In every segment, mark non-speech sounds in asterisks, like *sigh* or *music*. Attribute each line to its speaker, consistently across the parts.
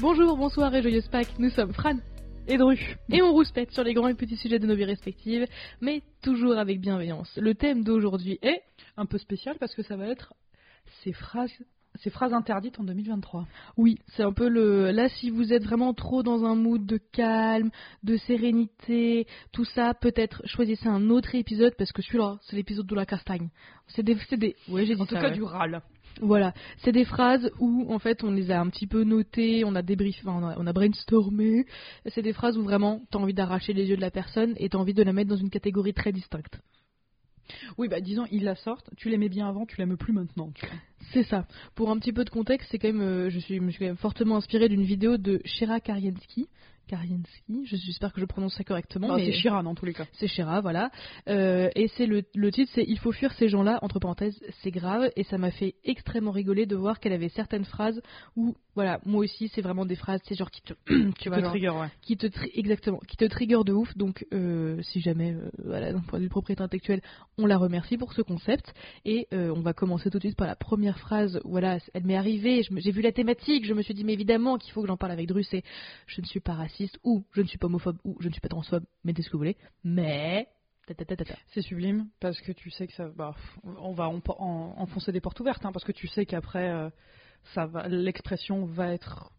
Speaker 1: Bonjour, bonsoir et joyeuse Pâques, nous sommes Fran et Dru. Et on rouspète sur les grands et petits sujets de nos vies respectives, mais toujours avec bienveillance. Le thème d'aujourd'hui est
Speaker 2: un peu spécial parce que ça va être ces phrases, ces phrases interdites en 2023.
Speaker 1: Oui, c'est un peu le. Là, si vous êtes vraiment trop dans un mood de calme, de sérénité, tout ça, peut-être choisissez un autre épisode parce que celui-là, c'est l'épisode de la castagne. C'est des. c'est des... Ouais, j'ai dit
Speaker 2: En tout
Speaker 1: ça,
Speaker 2: cas,
Speaker 1: ouais.
Speaker 2: du râle.
Speaker 1: Voilà, c'est des phrases où en fait on les a un petit peu notées, on a débriefé, enfin, on, a, on a brainstormé. C'est des phrases où vraiment t'as envie d'arracher les yeux de la personne et t'as envie de la mettre dans une catégorie très distincte.
Speaker 2: Oui, bah disons, ils la sortent. Tu l'aimais bien avant, tu l'aimes plus maintenant. tu vois.
Speaker 1: C'est ça. Pour un petit peu de contexte, c'est quand même, euh, je suis, je suis quand même fortement inspirée d'une vidéo de Shira Kariensky. Kariensky, je- j'espère que je prononce ça correctement.
Speaker 2: Enfin,
Speaker 1: mais-
Speaker 2: C'est Chiran en tous les cas.
Speaker 1: C'est Shira, voilà. Euh, et c'est le, le titre, c'est Il faut fuir ces gens-là, entre parenthèses, c'est grave. Et ça m'a fait extrêmement rigoler de voir qu'elle avait certaines phrases où, voilà, moi aussi, c'est vraiment des phrases, c'est genre qui te, *clears throat* tu vois,
Speaker 2: Le
Speaker 1: genre,
Speaker 2: trigger, ouais.
Speaker 1: qui te tri- exactement, qui te trigger de ouf. Donc, euh, si jamais, euh, voilà, d'un point de vue propriété intellectuelle, on la remercie pour ce concept. Et euh, on va commencer tout de suite par la première phrase. Voilà, elle m'est arrivée, je me- j'ai vu la thématique, je me suis dit, mais évidemment qu'il faut que j'en parle avec Dru, c'est je ne suis pas raciste, ou je ne suis pas homophobe, ou je ne suis pas transphobe, mettez ce que vous voulez, mais. ta, ta, ta, ta, ta.
Speaker 2: C'est sublime parce que tu sais que ça, bah, pff, on va en- en- enfoncer des portes ouvertes hein, parce que tu sais qu'après, euh, ça va, l'expression va être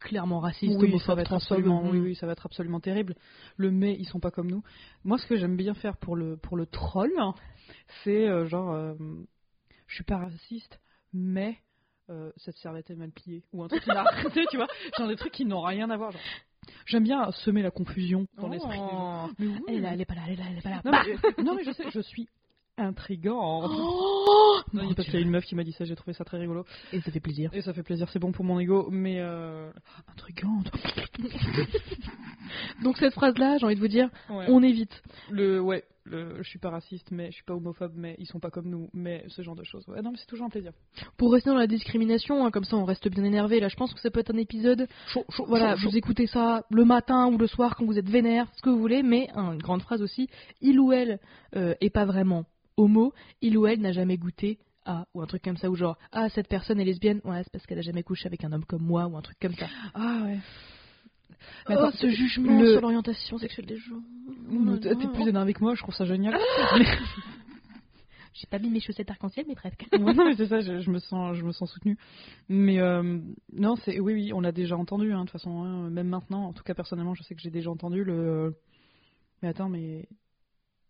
Speaker 1: Clairement raciste,
Speaker 2: oui, ça
Speaker 1: homophobe,
Speaker 2: va être
Speaker 1: transphobe.
Speaker 2: absolument, oui,
Speaker 1: mm.
Speaker 2: oui, ça va être absolument terrible. Le mais ils sont pas comme nous. Moi, ce que j'aime bien faire pour le pour le troll, hein, c'est euh, genre, euh, je suis pas raciste, mais euh, cette serviette est mal pliée ou un truc qui n'a rien, *laughs* tu vois, genre des trucs qui n'ont rien à voir. genre. J'aime bien semer la confusion dans l'esprit. des gens.
Speaker 1: Oh.
Speaker 2: Mais oui.
Speaker 1: Elle est là, elle est pas là, elle est là, elle est pas là.
Speaker 2: Non,
Speaker 1: Bah.
Speaker 2: mais, non, mais je sais, je suis intrigante.
Speaker 1: Oh
Speaker 2: Non,
Speaker 1: Mon
Speaker 2: parce
Speaker 1: Dieu.
Speaker 2: qu'il y a une meuf qui m'a dit ça, j'ai trouvé ça très rigolo.
Speaker 1: Et ça fait plaisir.
Speaker 2: Et ça fait plaisir, c'est bon pour mon ego, mais euh... intrigante.
Speaker 1: Donc cette phrase-là, j'ai envie de vous dire,
Speaker 2: Ouais.
Speaker 1: on évite.
Speaker 2: Le, ouais, le, je suis pas raciste, mais je suis pas homophobe, mais ils sont pas comme nous, mais ce genre de choses. Ouais, non, mais c'est toujours un plaisir.
Speaker 1: Pour rester dans la discrimination, hein, comme ça on reste bien énervé. Là, je pense que ça peut être un épisode. Voilà, vous écoutez ça le matin ou le soir quand vous êtes vénère, ce que vous voulez, mais hein, une grande phrase aussi. Il ou elle euh, est pas vraiment homo, il ou elle n'a jamais goûté à, ou un truc comme ça, ou genre, ah, cette personne est lesbienne, ouais, c'est parce qu'elle a jamais couché avec un homme comme moi, ou un truc comme ça.
Speaker 2: Ah ouais.
Speaker 1: Mais
Speaker 2: Oh,
Speaker 1: attends,
Speaker 2: ce
Speaker 1: jugement
Speaker 2: sur
Speaker 1: l'orientation sexuelle des gens.
Speaker 2: Mais Mmh, T'es t'es plus énervé que moi, je trouve ça génial.
Speaker 1: J'ai pas mis mes chaussettes arc-en-ciel, mais presque.
Speaker 2: Ouais, *laughs* non, mais c'est ça, je, je me sens, je me sens soutenue. Mais euh, non, c'est oui, oui, on l'a déjà entendu, hein, de toute façon, hein, même maintenant. En tout cas, personnellement, je sais que j'ai déjà entendu le. Mais attends, mais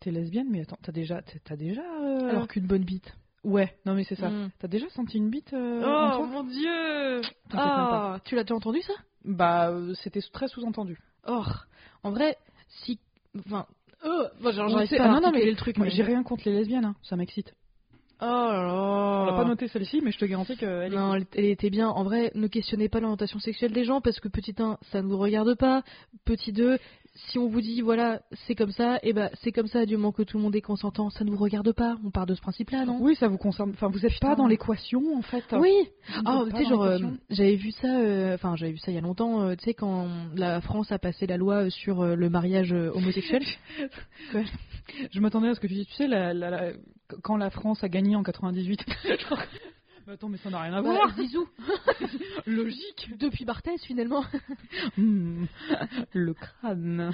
Speaker 2: t'es lesbienne, mais attends, t'as déjà, t'as t'as déjà. euh,
Speaker 1: Alors qu'une bonne bite.
Speaker 2: Ouais, non, mais c'est ça.
Speaker 1: Mm.
Speaker 2: T'as déjà senti une bite euh, en
Speaker 1: Oh
Speaker 2: toi
Speaker 1: mon dieu
Speaker 2: T'inquiète même pas.
Speaker 1: Ah, tu l'as déjà entendu ça
Speaker 2: Bah, euh, c'était très sous-entendu.
Speaker 1: Or, en vrai, si. Enfin. Oh, enfin, genre,
Speaker 2: Oui,
Speaker 1: j'arrive
Speaker 2: c'est-
Speaker 1: pas à
Speaker 2: ah, non, non,
Speaker 1: articuler
Speaker 2: mais-
Speaker 1: le truc.
Speaker 2: Moi,
Speaker 1: mais-
Speaker 2: J'ai rien contre les lesbiennes, hein, ça m'excite.
Speaker 1: Oh là là.
Speaker 2: On l'a pas noté celle-ci, mais je te garantis qu'elle est.
Speaker 1: Oh. Non, elle, elle était bien. En vrai, ne questionnez pas l'orientation sexuelle des gens parce que petit 1, ça ne vous regarde pas. Petit 2, si on vous dit voilà, c'est comme ça, et ben c'est comme ça du moment que tout le monde est consentant, ça ne vous regarde pas. On part de ce principe-là, non
Speaker 2: Oui, ça vous concerne. Enfin, vous êtes pas
Speaker 1: Putain.
Speaker 2: dans l'équation, en fait.
Speaker 1: Oui.
Speaker 2: Vous êtes
Speaker 1: Ah,
Speaker 2: pas
Speaker 1: tu sais,
Speaker 2: dans
Speaker 1: genre, euh,
Speaker 2: l'équation.
Speaker 1: j'avais vu ça. euh, Enfin, j'avais vu ça il y a longtemps. euh, tu sais, quand la France a passé la loi euh, sur euh, le mariage euh,
Speaker 2: *laughs*
Speaker 1: homosexuel.
Speaker 2: Je m'attendais à ce que tu dises. Tu sais, la- la- la- quand la France a gagné en *laughs* 98. genre, mais attends, mais ça n'a rien à
Speaker 1: Bah,
Speaker 2: *laughs* voir.
Speaker 1: Zizou,
Speaker 2: Logique.
Speaker 1: depuis Barthès
Speaker 2: *laughs*
Speaker 1: finalement.
Speaker 2: Hmm. Le crâne.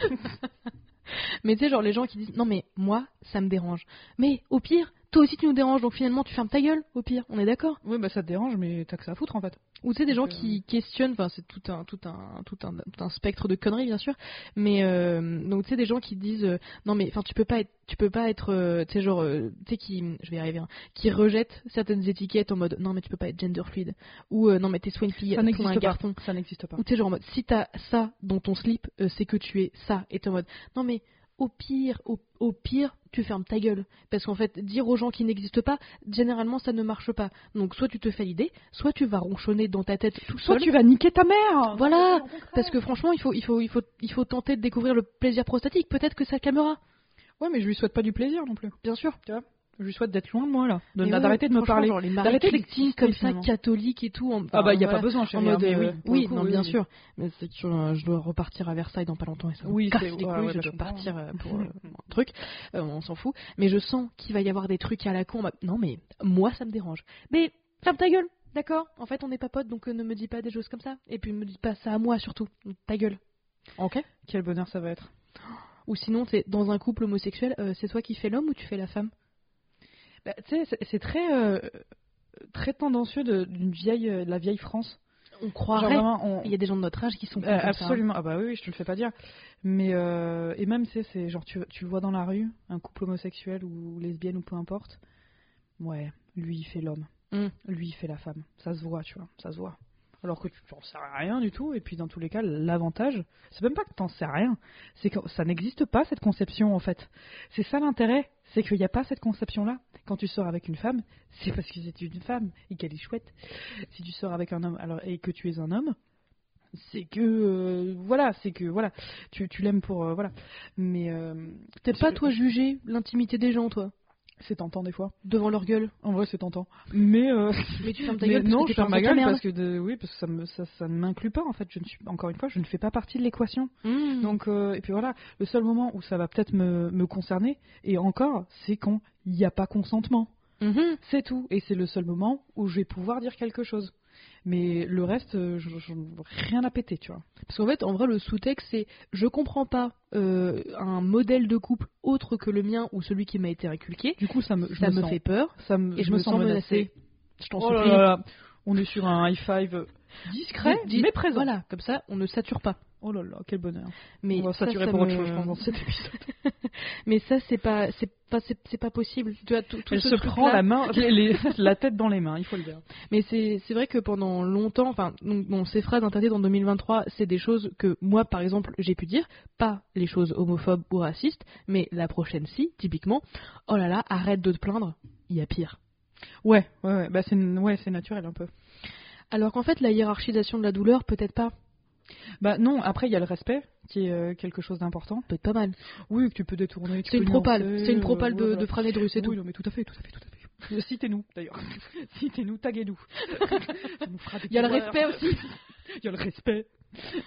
Speaker 1: Mais tu sais, genre les gens qui disent non, mais moi ça me dérange. Mais au pire, toi aussi tu nous déranges donc finalement tu fermes ta gueule. Au pire, on est d'accord.
Speaker 2: Oui, bah ça te dérange, mais t'as que ça à foutre, en fait.
Speaker 1: Ou tu sais, des gens
Speaker 2: Donc, euh,
Speaker 1: qui questionnent, enfin, c'est tout un, tout, un, tout, un, tout un spectre de conneries, bien sûr, mais euh, donc tu sais, des gens qui disent euh, non, mais enfin, tu peux pas être, tu peux pas être, euh, tu sais, genre, euh, tu sais, qui, je vais y arriver, hein, qui rejettent certaines étiquettes en mode non, mais tu peux pas être gender fluide, ou euh, non, mais t'es soit une fille,
Speaker 2: Ça
Speaker 1: soit un
Speaker 2: n'existe pas.
Speaker 1: garçon,
Speaker 2: Ça n'existe pas.
Speaker 1: ou tu sais, genre en mode, si t'as ça dans ton slip, euh, c'est que tu es ça. Et t'es en mode, non mais au pire, au, au pire, tu fermes ta gueule. Parce qu'en fait, dire aux gens qui n'existent pas, généralement, ça ne marche pas. Donc, soit tu te fais l'idée, soit tu vas ronchonner dans ta tête tout
Speaker 2: Soit
Speaker 1: seul.
Speaker 2: tu vas niquer ta mère.
Speaker 1: Voilà Parce que franchement, il faut, il, faut, il, faut, il faut tenter de découvrir le plaisir prostatique. Peut-être que ça calmera,
Speaker 2: Ouais, mais je lui souhaite pas du plaisir non plus.
Speaker 1: bien sûr.
Speaker 2: Je lui souhaite d'être loin de moi là. De-
Speaker 1: Mais ouais,
Speaker 2: D'arrêter de me
Speaker 1: franchement,
Speaker 2: parler.
Speaker 1: genre, les maris
Speaker 2: D'arrêter
Speaker 1: cultistes
Speaker 2: d'exister,
Speaker 1: comme ça,
Speaker 2: finalement.
Speaker 1: catholiques et tout. en-
Speaker 2: Ah bah, y a
Speaker 1: voilà.
Speaker 2: pas besoin, chérie.
Speaker 1: En
Speaker 2: hein,
Speaker 1: mode,
Speaker 2: mais,
Speaker 1: oui,
Speaker 2: euh, pour
Speaker 1: oui,
Speaker 2: le coup,
Speaker 1: non,
Speaker 2: oui,
Speaker 1: bien
Speaker 2: oui.
Speaker 1: sûr. Mais c'est que euh, je dois repartir à Versailles dans pas longtemps et ça me
Speaker 2: Oui,
Speaker 1: casse
Speaker 2: c'est-
Speaker 1: les couilles,
Speaker 2: ouais, ouais,
Speaker 1: je
Speaker 2: bah, je
Speaker 1: dois
Speaker 2: comprends.
Speaker 1: partir euh, pour
Speaker 2: *laughs*
Speaker 1: euh, un truc. Euh, on s'en fout. Mais je sens qu'il va y avoir des trucs à la con. bah, Non, mais moi, ça me dérange. Mais ferme ta gueule. D'accord, en fait, on n'est pas potes, donc euh, ne me dis pas des choses comme ça. Et puis, ne me dis pas ça à moi, surtout. Ta gueule. Ok
Speaker 2: Quel bonheur ça va être.
Speaker 1: Ou sinon, c'est dans un couple homosexuel, euh, c'est toi qui fais l'homme ou tu fais la femme
Speaker 2: Bah, tu sais, c'est- c'est très, euh, très tendancieux de, d'une vieille, euh, de la vieille France.
Speaker 1: On
Speaker 2: Genre,
Speaker 1: croirait.
Speaker 2: vraiment, on-
Speaker 1: Il y a des gens de notre âge qui sont.
Speaker 2: Euh,
Speaker 1: comme ça, hein.
Speaker 2: absolument. Ah bah oui, oui, je te le fais pas dire. Mais euh, et même c'est c'est genre tu tu vois dans la rue un couple homosexuel ou lesbienne ou peu importe. Ouais, lui il fait l'homme,
Speaker 1: Mm.
Speaker 2: lui il fait la femme. Ça se voit, tu vois, ça se voit. Alors que tu t'en sais rien du tout. Et puis dans tous les cas, l'avantage, c'est même pas que t'en sais rien, c'est que ça n'existe pas cette conception en fait. C'est ça l'intérêt, c'est qu'il n'y a pas cette conception là. Quand tu sors avec une femme, c'est parce que c'est une femme et qu'elle est chouette. Si tu sors avec un homme, alors et que tu es un homme, c'est que euh, voilà c'est que voilà tu, tu l'aimes pour euh, voilà mais euh,
Speaker 1: T'aimes pas, toi, juger l'intimité des gens, toi,
Speaker 2: c'est tentant des fois
Speaker 1: devant leur gueule.
Speaker 2: en vrai c'est tentant mais, *laughs* euh,
Speaker 1: Mais tu fermes ta
Speaker 2: mais
Speaker 1: gueule parce
Speaker 2: non
Speaker 1: que
Speaker 2: je
Speaker 1: t'es pas
Speaker 2: ferme
Speaker 1: un sac à
Speaker 2: ma gueule
Speaker 1: merde.
Speaker 2: parce que de- oui parce que ça me- ça, ça ne m'inclut pas en fait je ne suis encore une fois je ne fais pas partie de l'équation
Speaker 1: Mmh.
Speaker 2: donc euh, et puis voilà le seul moment où ça va peut-être me, me concerner et encore c'est quand il n'y a pas consentement
Speaker 1: Mhm.
Speaker 2: c'est tout et c'est le seul moment où je vais pouvoir dire quelque chose mais le reste euh, je, je- rien à péter tu vois
Speaker 1: Parce qu'en fait, en vrai, le sous-texte, c'est je comprends pas euh, un modèle de couple autre que le mien ou celui qui m'a été inculqué.
Speaker 2: du coup ça me je
Speaker 1: ça me
Speaker 2: sens-
Speaker 1: fait peur Oh
Speaker 2: ça me,
Speaker 1: et je me sens menacée. Je t'en supplie.
Speaker 2: On est sur un high five discret,
Speaker 1: Dis-
Speaker 2: mais présent.
Speaker 1: Voilà, comme ça, on ne sature pas.
Speaker 2: Oh là là, quel bonheur.
Speaker 1: Mais
Speaker 2: on va
Speaker 1: ça,
Speaker 2: saturer
Speaker 1: ça
Speaker 2: pour autre
Speaker 1: me-
Speaker 2: chose, je pense,
Speaker 1: *laughs*
Speaker 2: dans cet épisode.
Speaker 1: Mais ça, c'est pas, c'est pas, c'est c'est pas possible. Tu vois, tout, tout
Speaker 2: Elle
Speaker 1: ce
Speaker 2: se
Speaker 1: truc-là-
Speaker 2: prend la *laughs* main, les- les- la tête dans les mains, il faut le dire.
Speaker 1: Mais c'est c'est vrai que pendant longtemps, enfin, donc, bon, ces phrases interdites en 2023, c'est des choses que moi, par exemple, j'ai pu dire, pas les choses homophobes ou racistes, mais la prochaine si, typiquement, oh là là, arrête de te plaindre, il y a pire.
Speaker 2: Ouais, ouais, ouais, bah c'est ouais, c'est naturel un peu.
Speaker 1: Alors qu'en fait, la hiérarchisation de la douleur, peut-être pas,
Speaker 2: Bah non, après il y a le respect qui est euh, quelque chose d'important.
Speaker 1: peut-être pas mal.
Speaker 2: Oui, que tu peux détourner. tu
Speaker 1: C'est une
Speaker 2: peux
Speaker 1: propale,
Speaker 2: nuancer,
Speaker 1: c'est une
Speaker 2: euh,
Speaker 1: propale de,
Speaker 2: voilà.
Speaker 1: de Fran et de Russe, c'est tout.
Speaker 2: oui, non, mais tout à fait, tout à fait, tout à fait. Euh, Citez-nous d'ailleurs. *laughs* Citez-nous, taguez-nous. *laughs* Ça nous fera des
Speaker 1: Il y a le
Speaker 2: pouvoirs.
Speaker 1: respect aussi.
Speaker 2: Il y a le respect.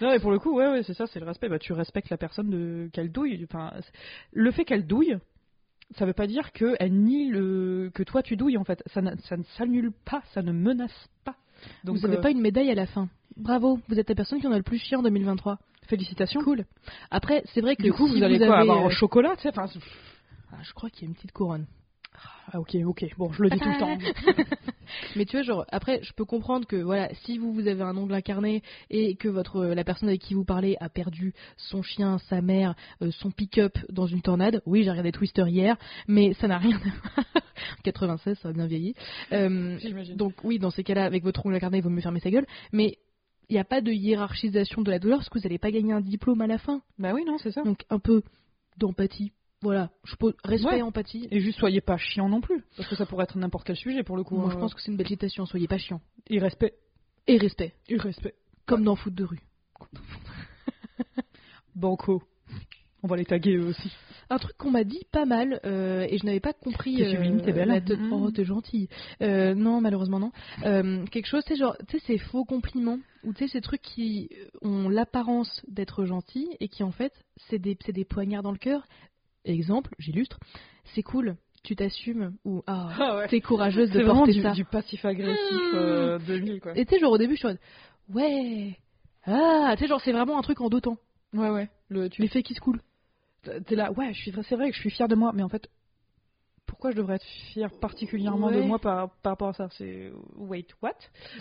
Speaker 2: Non, mais pour le coup, ouais, ouais, c'est ça, c'est le respect. Bah, tu respectes la personne de... qu'elle douille. Enfin, c'est- le fait qu'elle douille, ça veut pas dire qu'elle nie le... que toi tu douilles, en fait. Ça, n'a- ça ne s'annule pas, ça ne menace pas. Donc,
Speaker 1: vous avez
Speaker 2: euh,
Speaker 1: pas une médaille à la fin. Bravo, vous êtes la personne qui en a le plus chier en 2023.
Speaker 2: félicitations.
Speaker 1: Cool. Après, c'est vrai que
Speaker 2: Du coup,
Speaker 1: si
Speaker 2: vous allez quoi,
Speaker 1: avez,
Speaker 2: avoir
Speaker 1: euh,
Speaker 2: un chocolat, tu sais enfin, c'est-
Speaker 1: ah, je crois qu'il y a une petite couronne.
Speaker 2: Ah, ok, ok. Bon, je le dis tout le *laughs* temps.
Speaker 1: Mais tu vois, genre, après, je peux comprendre que, voilà, si vous, vous avez un ongle incarné et que votre, euh, la personne avec qui vous parlez a perdu son chien, sa mère, euh, son pick-up dans une tornade, oui, j'ai regardé Twister hier, mais ça n'a rien à voir. *laughs* 96, ça a bien vieilli. Euh,
Speaker 2: J'imagine.
Speaker 1: donc, oui, dans ces cas-là, avec votre ongle incarné, il vaut mieux fermer sa gueule, mais il n'y a pas de hiérarchisation de la douleur parce que vous n'allez pas gagner un diplôme à la fin.
Speaker 2: Bah oui, non, c'est ça.
Speaker 1: Donc, un peu d'empathie. Voilà, je pose respect,
Speaker 2: Ouais.
Speaker 1: empathie.
Speaker 2: Et juste soyez pas chiant non plus, parce que ça pourrait être n'importe quel sujet pour le coup.
Speaker 1: Moi,
Speaker 2: euh,
Speaker 1: je pense que c'est une belle citation, soyez pas chiant.
Speaker 2: Et respect.
Speaker 1: Et respect,
Speaker 2: Et respect.
Speaker 1: comme dans foot de rue.
Speaker 2: Banco. On va les taguer eux aussi.
Speaker 1: Un truc qu'on m'a dit pas mal euh, et je n'avais pas compris.
Speaker 2: T'es sublime, t'es belle.
Speaker 1: la te-
Speaker 2: Mhm.
Speaker 1: Oh, t'es gentille. Euh, non, malheureusement non. Euh, quelque chose, tu sais, genre, tu sais, ces faux compliments ou tu sais, ces trucs qui ont l'apparence d'être gentils et qui en fait, c'est des, c'est des poignards dans le cœur. Exemple, j'illustre. C'est cool, tu t'assumes ou ah,
Speaker 2: Ah ouais.
Speaker 1: t'es courageuse de
Speaker 2: C'est vraiment
Speaker 1: porter
Speaker 2: du,
Speaker 1: ça.
Speaker 2: du passif agressif
Speaker 1: Mmh.
Speaker 2: euh, 2000 quoi.
Speaker 1: Et tu sais, genre au début, je suis en mode, ouais, ah, tu sais, genre c'est vraiment un truc en deux temps.
Speaker 2: Ouais ouais. Le
Speaker 1: Tu les fais qui se coulent.
Speaker 2: t'es là ouais je suis c'est vrai que je suis fière de moi mais en fait pourquoi je devrais être fière particulièrement de
Speaker 1: Ouais.
Speaker 2: moi par, par rapport à ça c'est wait what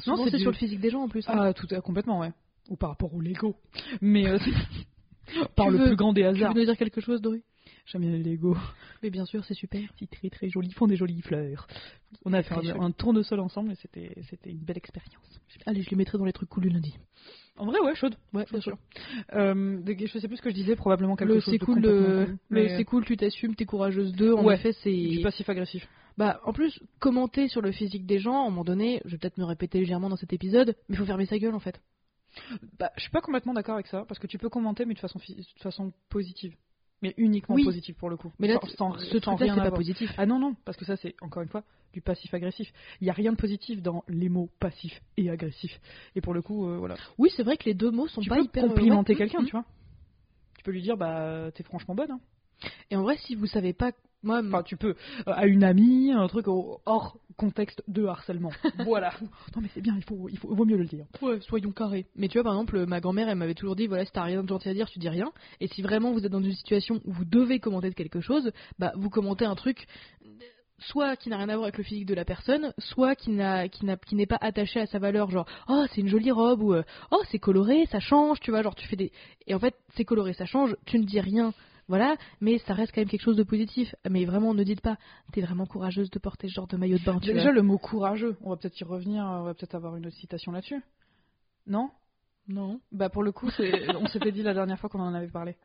Speaker 1: Non, c'est
Speaker 2: du-
Speaker 1: sur le physique des gens en plus. hein.
Speaker 2: ah tout à complètement ouais ou par rapport au Lego mais *laughs* euh, c'est- par
Speaker 1: Tu
Speaker 2: le
Speaker 1: veux-
Speaker 2: plus grand des
Speaker 1: tu veux
Speaker 2: hasards
Speaker 1: nous dire quelque chose, Doru
Speaker 2: j'aime bien les Lego
Speaker 1: Mais bien sûr, c'est super.
Speaker 2: c'est très très joli ils font des jolies fleurs on a fait
Speaker 1: Très
Speaker 2: un,
Speaker 1: joli.
Speaker 2: un tournesol ensemble et c'était c'était une belle expérience
Speaker 1: Allez, je les mettrai dans les trucs cool du lundi.
Speaker 2: en vrai ouais chaude
Speaker 1: Ouais,
Speaker 2: bien sûr. Euh, des- je sais plus ce que je disais, probablement quelque
Speaker 1: Le
Speaker 2: chose
Speaker 1: c'est
Speaker 2: de
Speaker 1: cool,
Speaker 2: complètement
Speaker 1: de...
Speaker 2: con, mais
Speaker 1: le c'est cool, tu t'assumes, t'es courageuse d'eux. En
Speaker 2: Ouais.
Speaker 1: effet,
Speaker 2: du
Speaker 1: c'est.
Speaker 2: passif agressif.
Speaker 1: Bah, en plus, commenter sur le physique des gens, à un moment donné, je vais peut-être me répéter légèrement dans cet épisode, mais il faut fermer sa gueule en fait.
Speaker 2: Bah, je suis pas complètement d'accord avec ça, parce que tu peux commenter, mais de façon, fi- de façon positive. Mais uniquement
Speaker 1: Oui.
Speaker 2: positive pour le coup.
Speaker 1: Mais là, euh,
Speaker 2: Sans- sans,
Speaker 1: ce
Speaker 2: sans
Speaker 1: truc-là,
Speaker 2: rien
Speaker 1: c'est pas
Speaker 2: avoir.
Speaker 1: positif.
Speaker 2: Ah non, non, parce que ça, c'est encore une fois du passif agressif. Il y a rien de positif dans les mots passif et agressif. Et pour le coup, euh, voilà.
Speaker 1: Oui, c'est vrai que les deux mots sont
Speaker 2: tu
Speaker 1: pas
Speaker 2: peux
Speaker 1: hyper. euh,
Speaker 2: complimenter
Speaker 1: ouais.
Speaker 2: quelqu'un,
Speaker 1: Mhm.
Speaker 2: tu vois. Tu peux lui dire, bah, t'es franchement bonne. hein.
Speaker 1: Et en vrai, si vous savez pas Moi,
Speaker 2: Enfin, tu peux euh, à une amie, un truc au- hors contexte de harcèlement. *laughs* voilà. Non, mais c'est bien, il faut, il faut, vaut mieux le dire.
Speaker 1: Ouais, soyons carrés. Mais tu vois, par exemple, ma grand-mère, elle m'avait toujours dit, voilà, si t'as rien de gentil à dire, tu dis rien. Et si vraiment vous êtes dans une situation où vous devez commenter de quelque chose, bah, vous commentez un truc, euh, soit qui n'a rien à voir avec le physique de la personne, soit qui n'a, qui n'a, qui n'est pas attaché à sa valeur, genre, oh, c'est une jolie robe, ou, euh, oh, c'est coloré, ça change, tu vois, genre, tu fais des, et en fait, c'est coloré, ça change, tu ne dis rien. Voilà, mais ça reste quand même quelque chose de positif. Mais vraiment, ne dites pas, t'es vraiment courageuse de porter ce genre de maillot de bain. Tu
Speaker 2: Déjà,
Speaker 1: vois.
Speaker 2: le mot courageux, on va peut-être y revenir, on va peut-être avoir une autre citation là-dessus. Non
Speaker 1: Non.
Speaker 2: Bah, pour le coup, c'est- on s'était dit la dernière fois qu'on en avait parlé.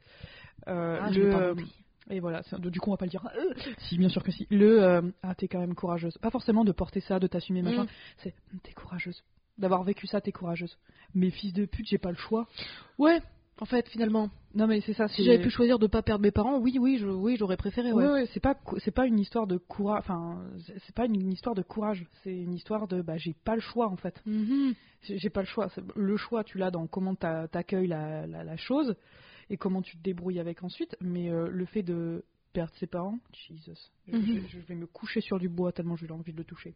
Speaker 2: Euh,
Speaker 1: Ah, je l'ai
Speaker 2: le,
Speaker 1: pas
Speaker 2: euh,
Speaker 1: compris.
Speaker 2: et voilà, c'est- du coup, on va pas le dire. Euh, si, bien sûr que si. Le euh, Ah, t'es quand même courageuse. Pas forcément de porter ça, de t'assumer, machin.
Speaker 1: Mm.
Speaker 2: C'est hm, T'es courageuse. D'avoir vécu ça, t'es courageuse. Mais fils de pute, j'ai pas le choix.
Speaker 1: Ouais, en fait, finalement.
Speaker 2: Non, mais c'est ça.
Speaker 1: Si
Speaker 2: c'est-
Speaker 1: j'avais pu choisir de pas perdre mes parents, oui, oui, je, oui, j'aurais préféré. Ouais.
Speaker 2: Ouais, ouais, c'est pas cou- c'est pas une histoire de courage. Enfin, c'est- c'est pas une, une histoire de courage. C'est une histoire de bah j'ai pas le choix en fait.
Speaker 1: Mhm.
Speaker 2: J'ai j'ai pas le choix. C'est- Le choix tu l'as dans comment t'a- t'accueilles la, la, la chose et comment tu te débrouilles avec ensuite. Mais euh, le fait de perdre ses parents, Jesus, je,
Speaker 1: Mhm.
Speaker 2: je- je vais me coucher sur du bois tellement j'ai envie de le toucher.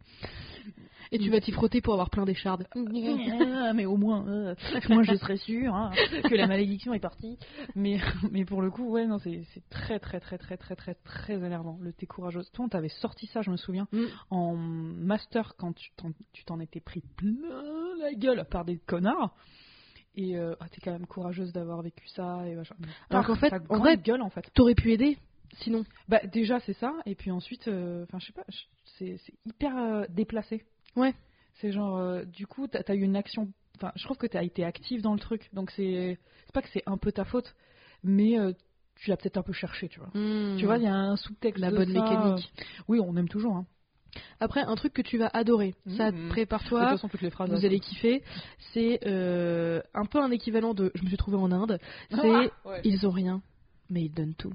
Speaker 1: Et tu vas t'y frotter pour avoir plein d'échardes. mmh.
Speaker 2: Ah, mais au moins, euh, moi je serais sûre hein, que la malédiction est partie. Mais, mais pour le coup, ouais, non, c'est c'est très, très, très, très, très, très, très énervant. Le t'es courageuse. Toi, on t'avait sorti ça, je me souviens,
Speaker 1: Mm.
Speaker 2: en master quand tu t'en- tu t'en étais pris plein la gueule par des connards. Et euh, ah, t'es quand même courageuse d'avoir vécu ça. Et machin.
Speaker 1: Alors qu'en fait,
Speaker 2: Ta
Speaker 1: en
Speaker 2: grande
Speaker 1: vrai-
Speaker 2: gueule en fait.
Speaker 1: *laughs* T'aurais pu aider, sinon.
Speaker 2: Bah, déjà, c'est ça. Et puis ensuite, euh, enfin, je sais pas, je- c'est c'est hyper euh, déplacé.
Speaker 1: Ouais.
Speaker 2: C'est genre, euh, du coup, t'as as eu une action. Enfin, je trouve que t'as été active dans le truc. Donc, c'est c'est pas que c'est un peu ta faute, mais euh, tu l'as peut-être un peu cherché, tu vois. Tu vois, il y a un sous-texte.
Speaker 1: Hmm. la
Speaker 2: de
Speaker 1: bonne
Speaker 2: ça,
Speaker 1: mécanique.
Speaker 2: euh, Oui, on aime toujours. Hein.
Speaker 1: Après, un truc que tu vas adorer, ça,
Speaker 2: Mhm. de toute
Speaker 1: prépare-toi,
Speaker 2: façon, toutes les phrases.
Speaker 1: vous
Speaker 2: elles
Speaker 1: allez kiffer. C'est euh, un peu un équivalent de je me suis trouvé en Inde.
Speaker 2: sont-
Speaker 1: C'est
Speaker 2: Ah, ouais.
Speaker 1: ils ont rien, mais ils donnent tout.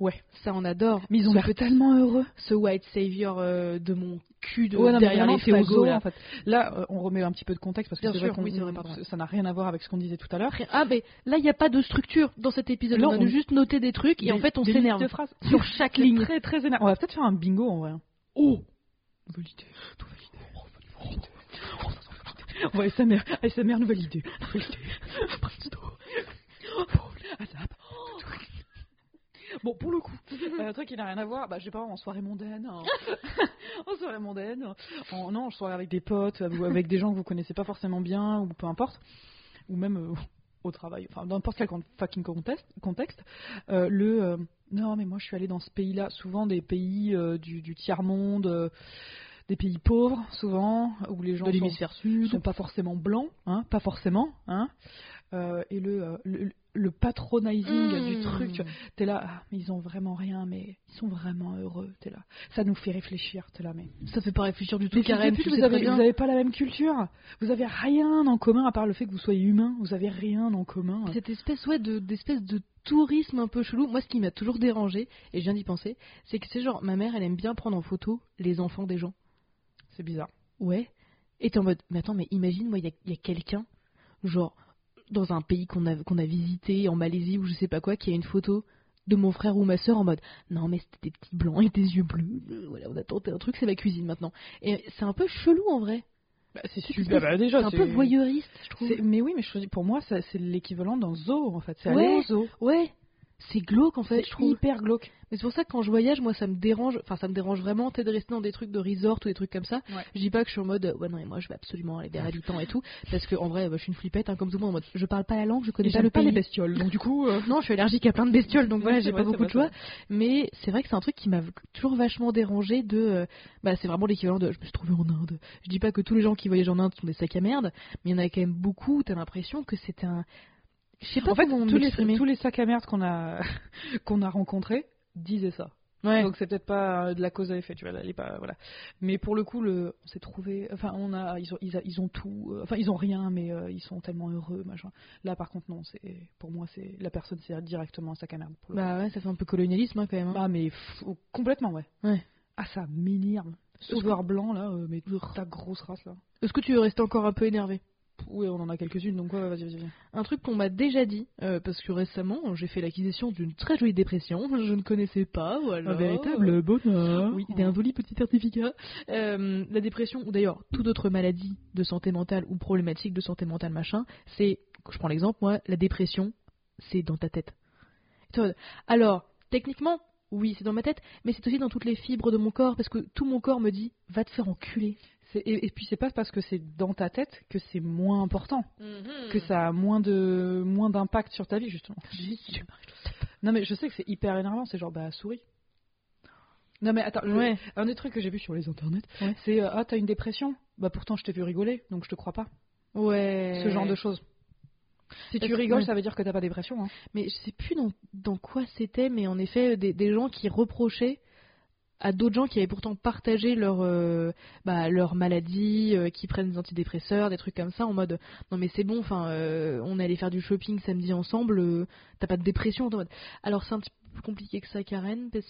Speaker 2: Ouais.
Speaker 1: Ça, on adore.
Speaker 2: Mais ils ont
Speaker 1: ce,
Speaker 2: l'air tellement heureux.
Speaker 1: ce white savior euh, de mon cul de,
Speaker 2: Ouais, non, mais
Speaker 1: derrière
Speaker 2: vraiment,
Speaker 1: les
Speaker 2: c'est au
Speaker 1: fagots.
Speaker 2: zoo,
Speaker 1: là.
Speaker 2: en fait. Là, euh, on remet un petit peu de contexte parce que
Speaker 1: Bien
Speaker 2: c'est vrai
Speaker 1: sûr,
Speaker 2: qu'on-
Speaker 1: oui, c'est vrai, pardon.
Speaker 2: ça n'a rien à voir avec ce qu'on disait tout à l'heure.
Speaker 1: Rien- Ah, mais là, il n'y a pas de structure dans cet épisode.
Speaker 2: Non,
Speaker 1: on a
Speaker 2: on-
Speaker 1: juste noté des trucs et en
Speaker 2: Des-
Speaker 1: fait, on
Speaker 2: des listes
Speaker 1: s'énerve.
Speaker 2: de phrases.
Speaker 1: sur chaque
Speaker 2: C'est
Speaker 1: ligne.
Speaker 2: Très très énervant. On va peut-être faire un bingo en vrai. hein.
Speaker 1: Oh
Speaker 2: Nouvelle idée. On va SMR, SMR nouvelle idée. Nouvelle idée. Brainstorm. Azap. *laughs* Bon, pour le coup, euh, un truc qui n'a rien à voir, bah, je sais pas, en soirée mondaine,
Speaker 1: *laughs*
Speaker 2: en, en soirée mondaine, en, non, en soirée avec des potes, ou avec des gens que vous connaissez pas forcément bien, ou peu importe, ou même euh, au travail, enfin, dans n'importe quel con- fucking contexte, contexte euh, le euh, non, mais moi je suis allée dans ce pays-là, souvent des pays euh, du, du tiers-monde, euh, des pays pauvres, souvent, où les gens
Speaker 1: De
Speaker 2: sont,
Speaker 1: l'hémisphère sud.
Speaker 2: sont pas forcément blancs, hein, pas forcément, hein, euh, et le, euh, le, le patronizing
Speaker 1: Hmm.
Speaker 2: du truc, tu vois. t'es là, ah, mais ils ont vraiment rien, mais ils sont vraiment heureux, t'es là, ça nous fait réfléchir, t'es là, mais.
Speaker 1: Ça fait pas réfléchir du tout,
Speaker 2: Mais fils de
Speaker 1: Karen.
Speaker 2: pute,
Speaker 1: Tu
Speaker 2: vous,
Speaker 1: sais
Speaker 2: avez,
Speaker 1: très bien.
Speaker 2: vous avez pas la même culture, vous avez rien en commun à part le fait que vous soyez humain, vous avez rien en commun.
Speaker 1: Cette espèce, ouais, de- d'espèce de tourisme un peu chelou. Moi, ce qui m'a toujours dérangé, et je viens d'y penser, c'est que c'est genre, ma mère, elle aime bien prendre en photo les enfants des gens.
Speaker 2: C'est bizarre.
Speaker 1: Ouais. Et t'es en mode, mais attends, mais imagine, moi, il y a, il y a quelqu'un, genre, dans un pays qu'on a, qu'on a visité, en Malaisie ou je sais pas quoi, qui a une photo de mon frère ou ma soeur en mode, non, mais c'était des petits blancs et des yeux bleus, euh, voilà, on a tenté un truc, c'est la cuisine maintenant. Et c'est un peu chelou en vrai.
Speaker 2: c'est
Speaker 1: super. Bah, C'est
Speaker 2: déjà,
Speaker 1: un peu voyeuriste, je trouve.
Speaker 2: C'est- Mais oui, mais je te dis, pour moi, ça- c'est l'équivalent d'un zoo en fait. C'est aller
Speaker 1: Ouais,
Speaker 2: au zoo.
Speaker 1: Ouais, c'est glauque en fait, je
Speaker 2: C'est
Speaker 1: trouve.
Speaker 2: hyper glauque.
Speaker 1: Mais c'est pour ça que quand je voyage, moi ça me dérange, enfin ça me dérange vraiment tu sais, de rester dans des trucs de resort ou des trucs comme ça.
Speaker 2: Ouais.
Speaker 1: Je dis pas que je suis en mode euh, ouais non mais moi je vais absolument aller vers habitants et tout parce que en vrai bah, je suis une flippette hein, comme tout le monde en mode je parle pas la langue, je connais
Speaker 2: Et
Speaker 1: pas
Speaker 2: j'aime
Speaker 1: le
Speaker 2: pas
Speaker 1: pays.
Speaker 2: les bestioles. Donc du coup, euh,
Speaker 1: non, je suis allergique à plein de bestioles donc voilà,
Speaker 2: c'est
Speaker 1: j'ai
Speaker 2: vrai,
Speaker 1: pas
Speaker 2: c'est
Speaker 1: beaucoup de
Speaker 2: vrai,
Speaker 1: choix, mais c'est vrai que c'est un truc qui m'a toujours vachement dérangé de euh, bah c'est vraiment l'équivalent de je me suis trouvé en Inde. Je dis pas que tous les gens qui voyagent en Inde sont des sacs à merde, mais il y en a quand même beaucoup, t'as l'impression que c'est un je sais pas
Speaker 2: En fait,
Speaker 1: comment
Speaker 2: tous les,
Speaker 1: m'exprimer.
Speaker 2: tous les sacs à merde qu'on a, *laughs* qu'on a rencontrés disaient ça.
Speaker 1: Ouais.
Speaker 2: Donc c'est peut-être pas euh, de la cause à effet, tu vois, là, elle est pas voilà. Mais pour le coup, le, on s'est trouvé, enfin on a, ils ont, ils, a- ils ont tout, euh, enfin ils ont rien, mais euh, ils sont tellement heureux, machin. Là par contre non, c'est, pour moi c'est, la personne c'est directement un sac à merde. Pour le
Speaker 1: Bah ouais, ça fait un peu colonialisme hein, quand même. hein.
Speaker 2: coup. Ah mais fou- complètement ouais.
Speaker 1: Ouais.
Speaker 2: Ah ça m'énerve.
Speaker 1: Est-ce que-
Speaker 2: Sauveur blanc là, euh, mais ta grosse race là.
Speaker 1: Est-ce que tu veux rester encore un peu énervé
Speaker 2: Oui, on en a quelques-unes, donc ouais, ouais, vas-y, vas-y. vas-y.
Speaker 1: Un truc qu'on m'a déjà dit, euh, parce que récemment, j'ai fait l'acquisition d'une très jolie dépression, *laughs* je ne connaissais pas, voilà.
Speaker 2: Un véritable hein. bonheur.
Speaker 1: Oui, il y a un joli petit certificat. Euh, la dépression, ou d'ailleurs toute autre maladie de santé mentale ou problématique de santé mentale, machin, c'est, je prends l'exemple, moi, la dépression, c'est dans ta tête. Et toi, Alors, techniquement, oui, c'est dans ma tête, mais c'est aussi dans toutes les fibres de mon corps, parce que tout mon corps me dit, va te faire enculer.
Speaker 2: C'est- Et, et puis c'est pas parce que c'est dans ta tête que c'est moins important, que ça a moins de moins d'impact sur ta vie justement.
Speaker 1: Ah,
Speaker 2: Non mais je sais que c'est hyper énervant, c'est genre bah souris. Non mais attends, je-
Speaker 1: Ouais.
Speaker 2: un des trucs que j'ai vu sur les internets,
Speaker 1: Ouais.
Speaker 2: c'est euh, ah t'as une dépression, bah pourtant je t'ai vu rigoler, donc je te crois pas.
Speaker 1: Ouais.
Speaker 2: Ce genre de choses. Si
Speaker 1: Parce
Speaker 2: tu
Speaker 1: que-
Speaker 2: rigoles,
Speaker 1: ouais.
Speaker 2: ça veut dire que t'as pas dépression. Hein.
Speaker 1: mais je sais plus dans, dans quoi c'était, mais en effet, des, des gens qui reprochaient à d'autres gens qui avaient pourtant partagé leur, euh, bah, leur maladie, euh, qui prennent des antidépresseurs, des trucs comme ça, en mode non mais c'est bon, enfin euh, on allait faire du shopping samedi ensemble, euh, t'as pas de dépression, t'es en mode. Alors c'est un petit peu plus compliqué que ça, Karen, parce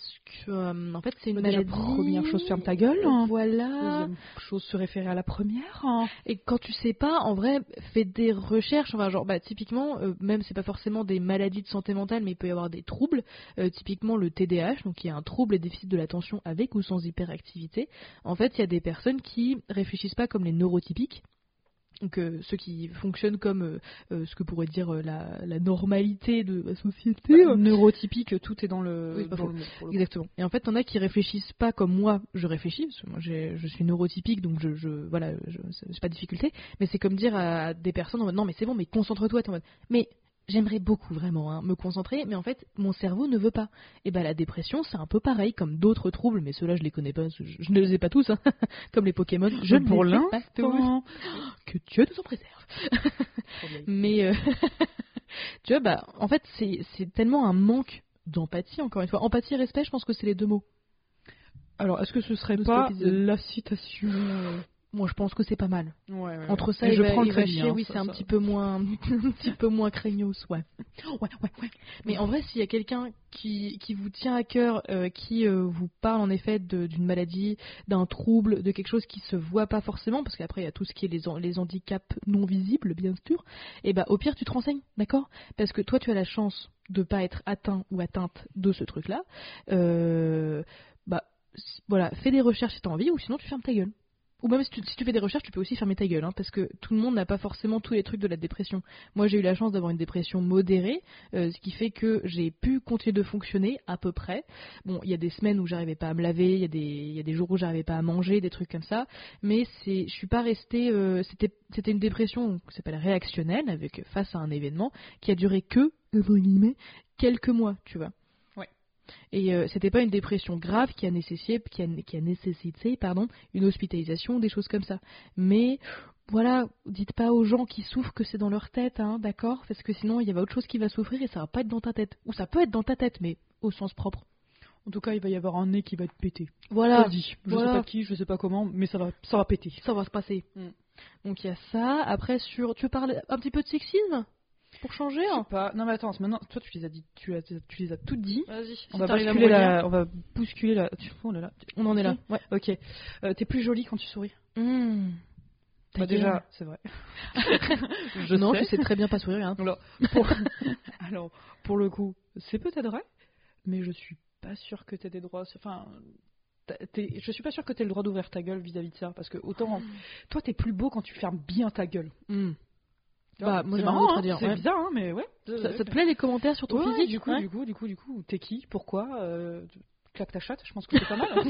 Speaker 1: que euh, en fait c'est une
Speaker 2: Déjà,
Speaker 1: maladie.
Speaker 2: Bah, première chose, ferme ta gueule, hein.
Speaker 1: Voilà.
Speaker 2: Deuxième chose se référer à la première. hein.
Speaker 1: Et quand tu sais pas, en vrai, fais des recherches. Enfin, genre, bah, typiquement, euh, même c'est pas forcément des maladies de santé mentale, mais il peut y avoir des troubles. Euh, typiquement, le TDAH, donc il y a un trouble et déficit de l'attention avec ou sans hyperactivité. En fait, il y a des personnes qui réfléchissent pas comme les neurotypiques. Donc, euh, ceux qui fonctionnent comme euh, euh, ce que pourrait dire euh, la, la normalité de la société. euh,
Speaker 2: Bah, neurotypique, tout est dans le.
Speaker 1: Oui, c'est pas
Speaker 2: dans
Speaker 1: faux.
Speaker 2: le mot, pour le coup.
Speaker 1: Exactement. Et en fait, t'en as qui réfléchissent pas comme moi, je réfléchis, parce que moi j'ai- je suis neurotypique, donc je, je voilà, je, c'est c'est pas de difficulté, mais c'est comme dire à des personnes en mode non, mais c'est bon, mais concentre-toi, t'es en mode mais j'aimerais beaucoup vraiment hein, me concentrer, mais en fait mon cerveau ne veut pas. Et ben la dépression, c'est un peu pareil, comme d'autres troubles, mais ceux-là je les connais pas, parce que je, je ne les ai pas tous, hein. *laughs* comme les Pokémon, je ne
Speaker 2: pour
Speaker 1: les ai pas tous.
Speaker 2: l'instant.
Speaker 1: Que Dieu nous en préserve. Mais euh, *laughs* tu vois, bah, en fait, c'est c'est tellement un manque d'empathie, encore une fois. Empathie et respect, je pense que c'est les deux mots.
Speaker 2: Alors, est-ce que ce serait
Speaker 1: Nous
Speaker 2: pas
Speaker 1: stop is the-
Speaker 2: la citation
Speaker 1: Moi, je pense que c'est pas mal.
Speaker 2: ouais, ouais,
Speaker 1: Entre ça
Speaker 2: Et
Speaker 1: et,
Speaker 2: je
Speaker 1: va,
Speaker 2: prends le
Speaker 1: et va
Speaker 2: crédit,
Speaker 1: chier,
Speaker 2: hein,
Speaker 1: oui,
Speaker 2: ça,
Speaker 1: c'est un
Speaker 2: ça.
Speaker 1: petit peu moins, *laughs* un petit peu moins craignos, ouais. Oh, Ouais, ouais, ouais. Mais en vrai, s'il y a quelqu'un qui, qui vous tient à cœur, euh, qui euh, vous parle en effet de- d'une maladie, d'un trouble, de quelque chose qui se voit pas forcément, parce qu'après il y a tout ce qui est les, han- les handicaps non visibles, bien sûr. Et bah, au pire, tu te renseignes, d'accord Parce que toi, tu as la chance de pas être atteint ou atteinte de ce truc-là. Euh, bah, s- voilà, fais des recherches si t'as envie, ou sinon tu fermes ta gueule. Ou même si tu, si tu fais des recherches, tu peux aussi fermer ta gueule, hein, parce que tout le monde n'a pas forcément tous les trucs de la dépression. Moi, j'ai eu la chance d'avoir une dépression modérée, euh, ce qui fait que j'ai pu continuer de fonctionner à peu près. Bon, il y a des semaines où j'arrivais pas à me laver, il y, a des- il y a des jours où j'arrivais pas à manger, des trucs comme ça, mais c'est, je suis pas restée. euh, c'était, c'était une dépression qui s'appelle réactionnelle, avec face à un événement qui a duré que euh, entre guillemets, quelques mois, tu vois.
Speaker 2: Ouais.
Speaker 1: Et euh, c'était pas une dépression grave qui a nécessité, qui a, qui a nécessité, pardon, une hospitalisation, des choses comme ça. Mais voilà, dites pas aux gens qui souffrent que c'est dans leur tête, hein, d'accord Parce que sinon, il y a autre chose qui va souffrir et ça va pas être dans ta tête. Ou ça peut être dans ta tête, mais au sens propre.
Speaker 2: En tout cas, il va y avoir un nez qui va être pété.
Speaker 1: Voilà,
Speaker 2: Vas-y. Je
Speaker 1: Ah, voilà.
Speaker 2: sais pas qui, je sais pas comment, mais ça va, ça va péter.
Speaker 1: ça va se passer.
Speaker 2: Mm.
Speaker 1: Donc il y a ça. Après, sur, tu veux parler un petit peu de sexisme pour changer
Speaker 2: Je
Speaker 1: hein
Speaker 2: sais pas. Non mais attends, maintenant, toi tu les as dit, tu as, tu les as toutes dit.
Speaker 1: Vas-y.
Speaker 2: On va bousculer la, on va bousculer la. tu- oh là là.
Speaker 1: On en est là. Ouais.
Speaker 2: Ok. Euh, T'es plus jolie quand tu souris.
Speaker 1: Mm. Ta
Speaker 2: Bah,
Speaker 1: gueule.
Speaker 2: déjà, c'est vrai. je
Speaker 1: non,
Speaker 2: sais.
Speaker 1: *laughs* je sais très bien pas sourire. Hein.
Speaker 2: Alors pour... *laughs* Alors, pour le coup, c'est peut-être vrai, mais je suis pas sûre que t'aies des droits. Enfin, t'as- t'es- je suis pas sûre que t'aies le droit d'ouvrir ta gueule vis-à-vis de ça, parce que autant,
Speaker 1: Ah.
Speaker 2: toi t'es plus beau quand tu fermes bien ta gueule.
Speaker 1: Mm.
Speaker 2: Tu
Speaker 1: Bah,
Speaker 2: vois,
Speaker 1: moi,
Speaker 2: c'est
Speaker 1: j'ai rien d'autre
Speaker 2: marrant,
Speaker 1: à
Speaker 2: hein,
Speaker 1: dire,
Speaker 2: c'est
Speaker 1: ouais.
Speaker 2: bizarre, hein, mais ouais.
Speaker 1: Ça, ça te plaît les commentaires sur ton
Speaker 2: Ouais,
Speaker 1: physique hein
Speaker 2: du coup,
Speaker 1: Ouais.
Speaker 2: du coup, du coup, du coup, t'es qui Pourquoi euh, tu- Claque ta chatte, je pense que c'est
Speaker 1: *laughs*
Speaker 2: pas mal. hein.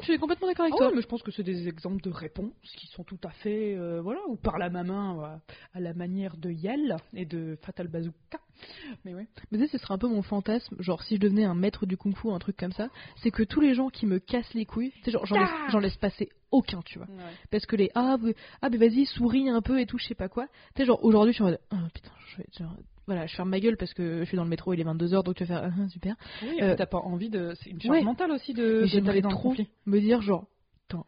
Speaker 1: Je suis complètement d'accord avec
Speaker 2: Ah
Speaker 1: toi.
Speaker 2: ouais, mais je pense que c'est des exemples de réponses qui sont tout à fait, euh, voilà, ou par la main voilà, à la manière de Yel et de Fatal Bazooka. Mais ouais.
Speaker 1: Mais tu sais, ce serait un peu mon fantasme, genre si je devenais un maître du kung fu ou un truc comme ça, c'est que tous les gens qui me cassent les couilles, tu sais, genre j'en laisse,
Speaker 2: Ah
Speaker 1: j'en laisse passer aucun, tu vois. Parce que les ah, vous- ah ben vas-y, souris un peu et tout, je sais pas quoi. Tu sais, genre aujourd'hui je suis en mode ah, putain, je vais, genre, voilà, je ferme ma gulle parce que je suis dans le métro, il est 22h donc tu vas faire ah, ah, super.
Speaker 2: Oui, et puis
Speaker 1: Euh,
Speaker 2: t'as pas envie de. C'est une charge
Speaker 1: ouais.
Speaker 2: mentale aussi de.
Speaker 1: Mais
Speaker 2: de-
Speaker 1: Euh, j'aimerais
Speaker 2: d'aller dans le
Speaker 1: trop. *laughs*
Speaker 2: conflit.
Speaker 1: Me dire genre, putain,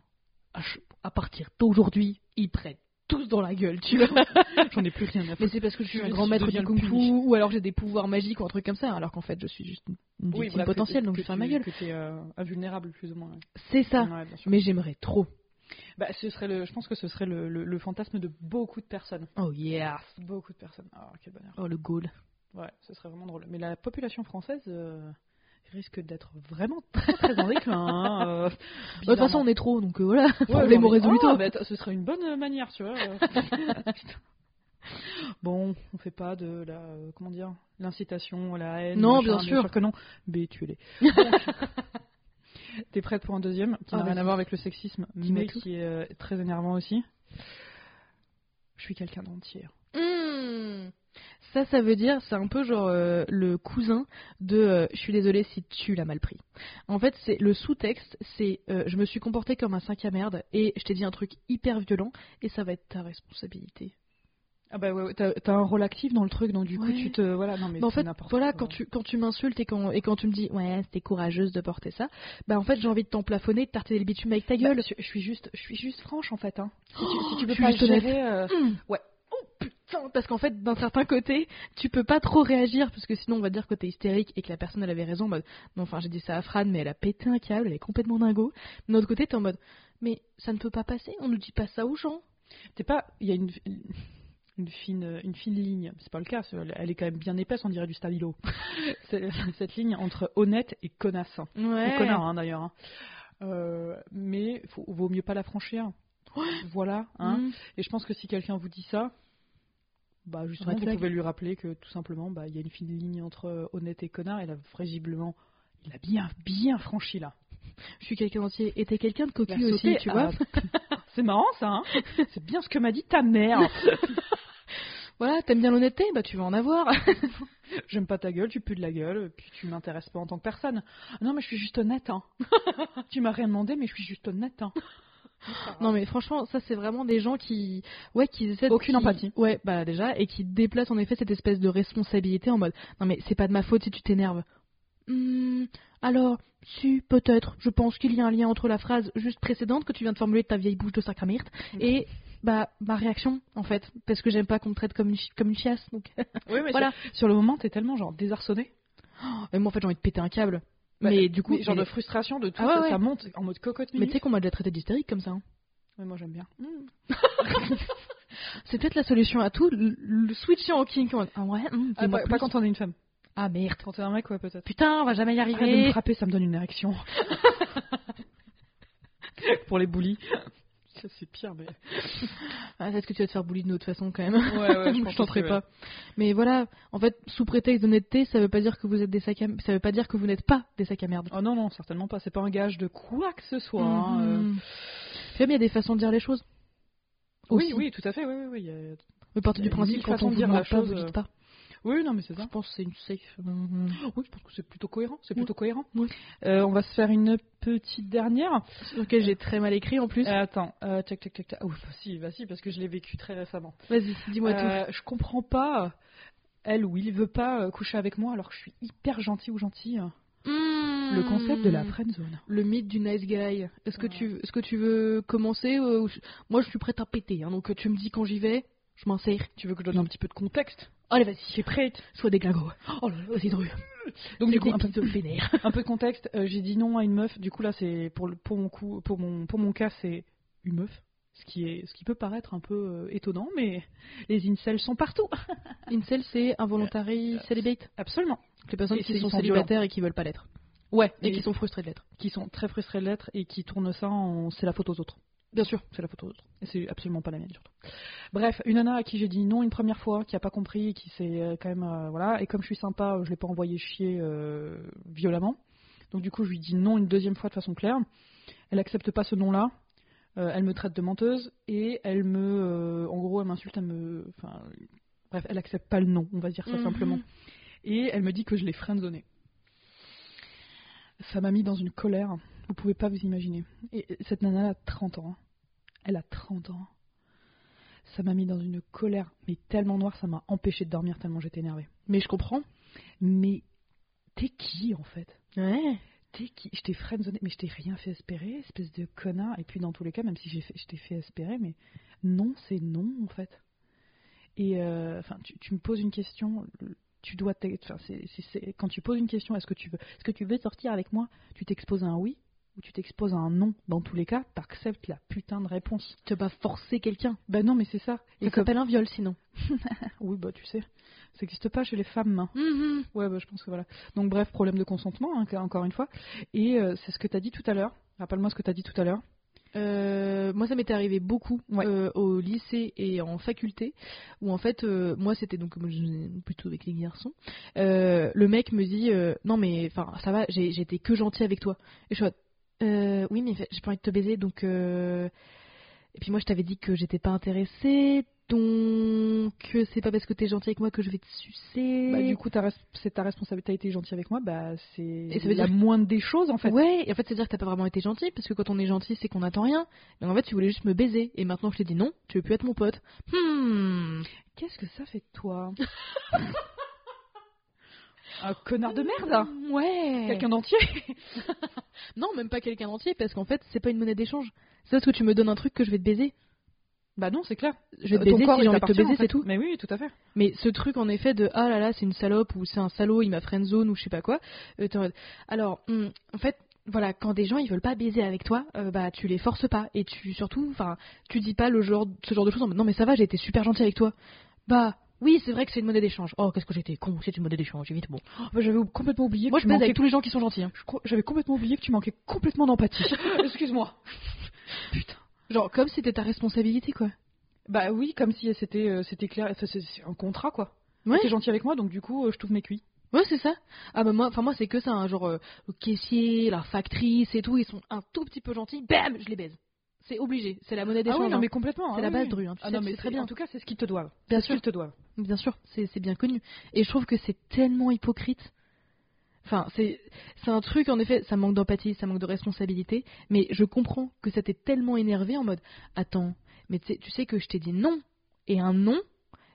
Speaker 1: à, ch- à partir d'aujourd'hui, ils prennent tous dans la gueule, tu vois.
Speaker 2: J'en ai plus rien à
Speaker 1: *laughs* Mais
Speaker 2: foutre.
Speaker 1: c'est parce que je suis
Speaker 2: Tu
Speaker 1: un
Speaker 2: vas-
Speaker 1: grand
Speaker 2: tu
Speaker 1: maître
Speaker 2: deviens
Speaker 1: du
Speaker 2: le
Speaker 1: kung fu
Speaker 2: punish.
Speaker 1: ou alors j'ai des pouvoirs magiques ou un truc comme ça, alors qu'en fait je suis juste une, une
Speaker 2: Oui,
Speaker 1: victime
Speaker 2: voilà, que-
Speaker 1: potentielle donc
Speaker 2: que
Speaker 1: je ferme
Speaker 2: tu-
Speaker 1: ma gueule.
Speaker 2: Que t'es euh, invulnérable plus ou moins. ouais.
Speaker 1: C'est ça.
Speaker 2: Ouais, bien sûr.
Speaker 1: Mais j'aimerais trop.
Speaker 2: Bah, ce serait le, je pense que ce serait le, le- le fantasme de beaucoup de personnes.
Speaker 1: Oh yeah
Speaker 2: Beaucoup de personnes. Ah, quel bonheur.
Speaker 1: Oh le goal.
Speaker 2: Ouais, ce serait vraiment drôle. Mais la population française euh, risque d'être vraiment très, très en déclin.
Speaker 1: *laughs*
Speaker 2: hein, euh,
Speaker 1: Bah, De toute façon, on est trop, donc euh, voilà.
Speaker 2: Ouais,
Speaker 1: problème
Speaker 2: genre,
Speaker 1: au résolu
Speaker 2: ah,
Speaker 1: tôt.
Speaker 2: bah, t- ce serait une bonne euh, manière, tu
Speaker 1: *laughs*
Speaker 2: vois. euh. *laughs* Putain. bon, on fait pas de la euh, comment dire, l'incitation, la haine.
Speaker 1: Non,
Speaker 2: machin,
Speaker 1: bien sûr.
Speaker 2: que non. Mais
Speaker 1: *laughs*
Speaker 2: tu l'es. T'es prête pour un deuxième qui
Speaker 1: Ah,
Speaker 2: n'a rien
Speaker 1: vas-y.
Speaker 2: à voir avec le sexisme,
Speaker 1: Dis-moi
Speaker 2: mais
Speaker 1: tout.
Speaker 2: qui est euh, très énervant aussi. Je suis quelqu'un d'entier.
Speaker 1: *laughs* Hmm. Ça, ça veut dire, c'est un peu genre euh, le cousin de euh, Je suis désolée si tu l'as mal pris. En fait, c'est le sous-texte, c'est euh, Je me suis comporté comme un sac à merde et je t'ai dit un truc hyper violent et ça va être ta responsabilité.
Speaker 2: Ah bah ouais, ouais, t'as t'as un rôle actif dans le truc, donc du coup
Speaker 1: Ouais.
Speaker 2: tu te Bah, voilà. Non mais,
Speaker 1: Mais en
Speaker 2: c'est
Speaker 1: fait,
Speaker 2: n'importe
Speaker 1: voilà,
Speaker 2: quoi.
Speaker 1: quand tu, quand tu m'insultes et quand, et quand tu me dis Ouais, c'était courageuse de porter ça, bah en fait, j'ai envie de t'en plafonner, de tartiner le bitume avec ta
Speaker 2: Bah,
Speaker 1: gueule.
Speaker 2: je, je suis juste, je suis juste franche en fait. Hein. Si, tu, si tu
Speaker 1: Oh,
Speaker 2: peux
Speaker 1: je suis
Speaker 2: pas
Speaker 1: juste honnête.
Speaker 2: gérer, euh,
Speaker 1: Oh putain Parce qu'en fait, d'un certain côté, tu peux pas trop réagir, parce que sinon on va dire que t'es hystérique et que la personne elle avait raison en mode Non, enfin j'ai dit ça à Fran, mais elle a pété un câble, elle est complètement dingo. D'un autre côté, t'es en mode Mais ça ne peut pas passer, on ne dit pas ça aux gens.
Speaker 2: T'es pas, il y a une, une fine, une fine ligne. C'est pas le cas. c'est- Elle est quand même bien épaisse, on dirait du stabilo. *laughs* C'est- Cette ligne entre honnête et connasse. Ou
Speaker 1: Ouais.
Speaker 2: connard hein, d'ailleurs. hein. Euh, mais faut, vaut mieux pas la franchir. Voilà. Hein. Et je pense que si quelqu'un vous dit ça, bah justement,
Speaker 1: Red
Speaker 2: vous
Speaker 1: flag.
Speaker 2: pouvez lui rappeler que tout simplement, bah, il y a une fine ligne entre euh, honnête et connard. Et là, fragiblement, il a bien, bien franchi là.
Speaker 1: Je suis quelqu'un d'entier. Et t'es quelqu'un de
Speaker 2: Il a
Speaker 1: cocu aussi,
Speaker 2: sauté
Speaker 1: tu
Speaker 2: à-
Speaker 1: vois.
Speaker 2: *laughs* C'est marrant ça. hein. C'est bien ce que m'a dit ta mère.
Speaker 1: Voilà, t'aimes bien l'honnêteté, bah tu vas en avoir.
Speaker 2: J'aime pas ta gueule, tu pues de la gueule, puis tu m'intéresses pas en tant que personne. Ah Non, mais je suis juste honnête, hein. *laughs* tu m'as rien demandé, mais je suis juste honnête, hein.
Speaker 1: Non mais franchement, ça c'est vraiment des gens qui, ouais, qui essaient de-
Speaker 2: Aucune
Speaker 1: qui-
Speaker 2: empathie.
Speaker 1: Ouais, bah déjà, et qui déplacent en effet cette espèce de responsabilité en mode, non mais c'est pas de ma faute si tu t'énerves. Hmm, alors, si peut-être, je pense qu'il y a un lien entre la phrase juste précédente que tu viens de formuler de ta vieille bouche de sacramerte
Speaker 2: Mm.
Speaker 1: et bah ma réaction en fait, parce que j'aime pas qu'on me traite comme une, chi- comme une chiasse.
Speaker 2: Mm.
Speaker 1: Donc,
Speaker 2: Oui, mais
Speaker 1: Voilà.
Speaker 2: Sur le moment, t'es tellement genre désarçonné.
Speaker 1: mais moi en fait j'ai envie de péter un câble.
Speaker 2: Bah,
Speaker 1: mais du coup,
Speaker 2: mais genre
Speaker 1: mais-
Speaker 2: de frustration, de tout,
Speaker 1: Ah ouais,
Speaker 2: ça,
Speaker 1: ouais.
Speaker 2: ça monte en mode cocotte Mmh.
Speaker 1: mais tu sais qu'on m'a déjà traité d'hystérique comme ça. hein.
Speaker 2: Mais moi, j'aime bien.
Speaker 1: C'est peut-être la solution à tout, le, le switcher en king. en mode, Ah ouais, hmm,
Speaker 2: Ah,
Speaker 1: dis-moi
Speaker 2: pas,
Speaker 1: plus.
Speaker 2: pas quand on est une femme.
Speaker 1: ah merde.
Speaker 2: Quand t'es un mec, ouais, peut-être.
Speaker 1: Putain, on va jamais y
Speaker 2: Arrête de me
Speaker 1: arriver.
Speaker 2: frapper, ça me donne une érection. *laughs* Pour les bullies. Ça, c'est pire, mais.
Speaker 1: Ah, Est-ce que tu vas te faire bully de notre façon quand même
Speaker 2: Ouais, *laughs* ouais,
Speaker 1: *laughs* Je tenterai pas. Mais voilà, en fait, sous prétexte d'honnêteté, ça veut pas dire que vous êtes des sacs à... ça veut pas dire que vous n'êtes pas des sacs à merde.
Speaker 2: Oh non, non, certainement pas. C'est pas un gage de quoi que ce soit. hein, euh.
Speaker 1: Mhm. Tu vois, mais il y a des façons de dire les choses.
Speaker 2: Oui,
Speaker 1: Aussi.
Speaker 2: oui, tout à fait. Oui, oui, oui. il y a-
Speaker 1: Mais partir
Speaker 2: Il y
Speaker 1: du
Speaker 2: a mille
Speaker 1: principe quand
Speaker 2: façons
Speaker 1: on
Speaker 2: de
Speaker 1: vous
Speaker 2: dire la
Speaker 1: demande pas,
Speaker 2: chose,
Speaker 1: vous
Speaker 2: euh.
Speaker 1: dites pas.
Speaker 2: Oui, non, mais c'est ça.
Speaker 1: Je pense que c'est une safe. Mhm.
Speaker 2: Oui, je pense que c'est plutôt cohérent, c'est
Speaker 1: Oui.
Speaker 2: plutôt cohérent.
Speaker 1: Oui.
Speaker 2: Euh, on va se faire une petite dernière.
Speaker 1: Sur lequel j'ai très mal écrit en plus.
Speaker 2: Euh, attends, euh, tac, tac, tac, tac. Oh, bah si, bah si, parce que je l'ai vécu très récemment.
Speaker 1: Vas-y, dis-moi tout.
Speaker 2: Euh, je comprends pas, euh, elle ou il veut pas euh, coucher avec moi alors que je suis hyper gentil ou gentille. Le concept de la
Speaker 1: Mhm.
Speaker 2: friendzone.
Speaker 1: le mythe du nice guy. Est-ce que
Speaker 2: Ouais.
Speaker 1: tu est-ce que tu veux commencer euh, ou- Moi, je suis prête à péter. hein, donc tu me dis quand j'y vais, je m'en sers.
Speaker 2: Tu veux que je donne un petit peu de contexte
Speaker 1: Allez, vas-y.
Speaker 2: J'ai prête.
Speaker 1: Sois des glingos. Oh là là, vas-y, drue.
Speaker 2: Donc du coup, un peu,
Speaker 1: de vénère.
Speaker 2: un peu de contexte. euh, J'ai dit non à une meuf. Du coup là, c'est pour le- pour mon coup, pour mon pour mon cas, c'est une meuf. Ce qui est ce qui peut paraître un peu euh, étonnant, mais *laughs* les incels sont partout.
Speaker 1: *laughs* Incel, c'est involuntary celibate.
Speaker 2: Absolument.
Speaker 1: Donc, Euh, Les personnes
Speaker 2: Et
Speaker 1: qui
Speaker 2: c'est-
Speaker 1: sont
Speaker 2: ils sont
Speaker 1: célibataires et qui veulent pas l'être.
Speaker 2: Ouais,
Speaker 1: Et qui sont frustrées de l'être.
Speaker 2: qui sont très frustrés de l'être et qui tournent ça en c'est la faute aux autres.
Speaker 1: Bien sûr.
Speaker 2: C'est la faute aux autres. Et c'est absolument pas la mienne surtout. Bref, une nana à qui j'ai dit non une première fois, qui a pas compris, qui s'est euh, quand même euh, voilà. Et comme je suis sympa, je l'ai pas envoyé chier euh, violemment. Donc du coup, je lui dis non une deuxième fois de façon claire. Elle accepte pas ce nom-là. Euh, elle me traite de menteuse et elle me, euh, en gros, elle m'insulte, elle me, enfin, bref, elle accepte pas le nom, on va dire ça
Speaker 1: Mhm.
Speaker 2: simplement. Et elle me dit que je l'ai friendzonée. Ça m'a mis dans une colère, vous pouvez pas vous imaginer. Et et cette nana a 30 ans. hein. Elle a 30 ans. Ça m'a mis dans une colère, mais tellement noire, ça m'a empêché de dormir tellement j'étais énervée.
Speaker 1: Mais je comprends.
Speaker 2: Mais t'es qui en fait
Speaker 1: Ouais.
Speaker 2: T'es qui Je t'ai friendzonné, mais je t'ai rien fait espérer, espèce de connard. Et puis dans tous les cas, même si j'ai fait, je t'ai fait espérer, mais non, c'est non en fait. Et euh, enfin, tu, tu me poses une question, tu dois, t'ex- enfin, c'est- c'est- c'est- quand tu poses une question, est-ce que tu veux, est-ce que tu veux sortir avec moi Tu t'exposes à un oui où tu t'exposes à un non dans tous les cas, t'acceptes la putain de réponse.
Speaker 1: Tu vas pas forcer quelqu'un.
Speaker 2: Bah non, mais c'est ça.
Speaker 1: Ça
Speaker 2: comme-
Speaker 1: s'appelle un viol sinon.
Speaker 2: Oui, bah tu sais, ça n'existe pas chez les femmes. hein.
Speaker 1: Mhm.
Speaker 2: Ouais, bah, je pense que voilà. Donc bref, problème de consentement, hein, encore une fois. Et euh, c'est ce que t'as dit tout à l'heure. Rappelle-moi ce que t'as dit tout à l'heure.
Speaker 1: Euh, moi, ça m'était arrivé beaucoup
Speaker 2: Ouais.
Speaker 1: euh, au lycée et en faculté, où en fait, euh, moi, c'était donc moi, je- plutôt avec les garçons. Euh, le mec me dit, euh, non mais, enfin, ça va, j'ai- j'étais que gentil avec toi. Et je suis en mode, Euh, oui, mais j'ai pas envie de te baiser, donc. euh, Et puis moi, je t'avais dit que j'étais pas intéressée, donc euh, c'est pas parce que t'es gentil avec moi que je vais te sucer.
Speaker 2: Bah, du coup, ta res- c'est ta responsabilité, t'as été gentil avec moi, bah c'est
Speaker 1: ça veut
Speaker 2: la
Speaker 1: dire-
Speaker 2: moindre des choses en fait.
Speaker 1: Ouais, et en fait, c'est-à-dire que t'as pas vraiment été gentil, parce que quand on est gentil, c'est qu'on n'attend rien. Donc en fait, tu voulais juste me baiser, et maintenant je t'ai dit non, tu veux plus être mon pote. Hmm.
Speaker 2: Qu'est-ce que ça fait de toi *laughs* Un connard de merde
Speaker 1: Hmm, Ouais.
Speaker 2: Quelqu'un d'entier
Speaker 1: Non, même pas quelqu'un d'entier, parce qu'en fait, c'est pas une monnaie d'échange. C'est parce que tu me donnes un truc que je vais te baiser.
Speaker 2: Bah non, c'est clair.
Speaker 1: Je vais te
Speaker 2: Euh,
Speaker 1: baiser
Speaker 2: corps,
Speaker 1: si
Speaker 2: il
Speaker 1: j'ai envie de te
Speaker 2: t'appartient,
Speaker 1: baiser,
Speaker 2: en fait.
Speaker 1: c'est tout.
Speaker 2: Mais oui, tout à fait.
Speaker 1: Mais ce truc, en effet, de ah là là, c'est une salope ou c'est un salaud, il m'a friendzone ou je sais pas quoi. euh, t'es en mode, Alors, hum, en fait, voilà, quand des gens ils veulent pas baiser avec toi, euh, bah tu les forces pas et tu surtout, enfin, tu dis pas le genre, ce genre de choses. en mode, Non mais ça va, j'ai été super gentil avec toi. Bah oui, c'est vrai que c'est une monnaie d'échange. Oh qu'est-ce que j'étais con, c'est une monnaie d'échange, vite bon.
Speaker 2: Oh, bah, J'avais complètement oublié.
Speaker 1: Moi
Speaker 2: que
Speaker 1: je
Speaker 2: tu
Speaker 1: baise
Speaker 2: manquais...
Speaker 1: avec tous les gens qui sont gentils. hein.
Speaker 2: je crois- J'avais complètement oublié que tu manquais complètement d'empathie. *laughs* Excuse-moi. Putain.
Speaker 1: Genre comme c'était ta responsabilité quoi.
Speaker 2: Bah oui, comme si c'était euh, c'était clair. Enfin, c'est c'est un contrat quoi.
Speaker 1: Ouais.
Speaker 2: T'es gentil avec moi, donc du coup, euh, je t'ouvre mes cuits.
Speaker 1: Ouais, c'est ça. Ah bah moi, enfin moi c'est que ça, hein, genre euh, le caissier, la factrice et tout, ils sont un tout petit peu gentils, bam, je les baise. C'est obligé, c'est la monnaie
Speaker 2: Ah
Speaker 1: d'échange.
Speaker 2: ouais, non,
Speaker 1: hein.
Speaker 2: mais complètement.
Speaker 1: C'est
Speaker 2: hein,
Speaker 1: la
Speaker 2: oui,
Speaker 1: base
Speaker 2: oui.
Speaker 1: Dru, hein, tu
Speaker 2: Ah
Speaker 1: sais,
Speaker 2: non,
Speaker 1: tu
Speaker 2: mais
Speaker 1: sais très
Speaker 2: c'est-
Speaker 1: bien.
Speaker 2: En tout cas, c'est ce qu'ils te doivent.
Speaker 1: Bien
Speaker 2: C'est ce qu'ils
Speaker 1: sûr,
Speaker 2: te doivent.
Speaker 1: bien sûr, c'est c'est bien connu. Et je trouve que c'est tellement hypocrite. Enfin, c'est c'est un truc en effet, ça manque d'empathie, ça manque de responsabilité, mais je comprends que ça t'ait tellement énervé en mode attends, mais tu sais- tu sais que je t'ai dit non et un non,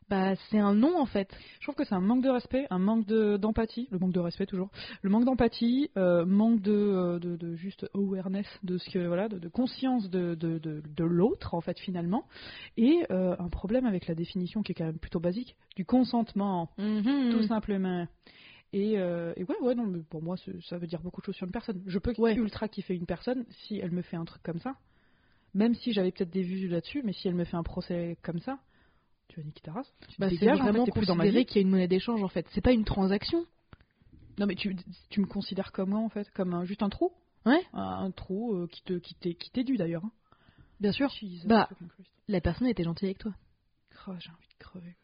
Speaker 1: bah c'est un non en fait.
Speaker 2: Je trouve que c'est un manque de respect, un manque de- d'empathie, le manque de respect toujours, le manque d'empathie, euh, manque de, euh, de, de juste awareness de ce que voilà, de, de conscience de, de, de, de l'autre en fait finalement, et euh, un problème avec la définition qui est quand même plutôt basique du consentement tout simplement. Et, euh, et ouais, ouais, non, mais pour moi, ce- ça veut dire beaucoup de choses sur une personne. Je peux
Speaker 1: Ouais.
Speaker 2: ultra kiffer une personne si elle me fait un truc comme ça, même si j'avais peut-être des vues là-dessus, mais si elle me fait un procès comme ça, tu vas niquer ta race. Tu te
Speaker 1: Bah, c'est
Speaker 2: dégages, en fait,
Speaker 1: vraiment
Speaker 2: t'es plus dans ma vie.
Speaker 1: considéré qu'il y a une monnaie d'échange en fait. C'est pas une transaction.
Speaker 2: Non, mais tu, tu me considères comme moi en fait Comme un- juste un trou
Speaker 1: Ouais.
Speaker 2: Un, un trou euh, qui te qui t'est qui t'est dû d'ailleurs. hein.
Speaker 1: Bien sûr.
Speaker 2: Jesus
Speaker 1: Bah.
Speaker 2: fucking Christ.
Speaker 1: La personne était gentille avec toi.
Speaker 2: Oh, j'ai envie de crever.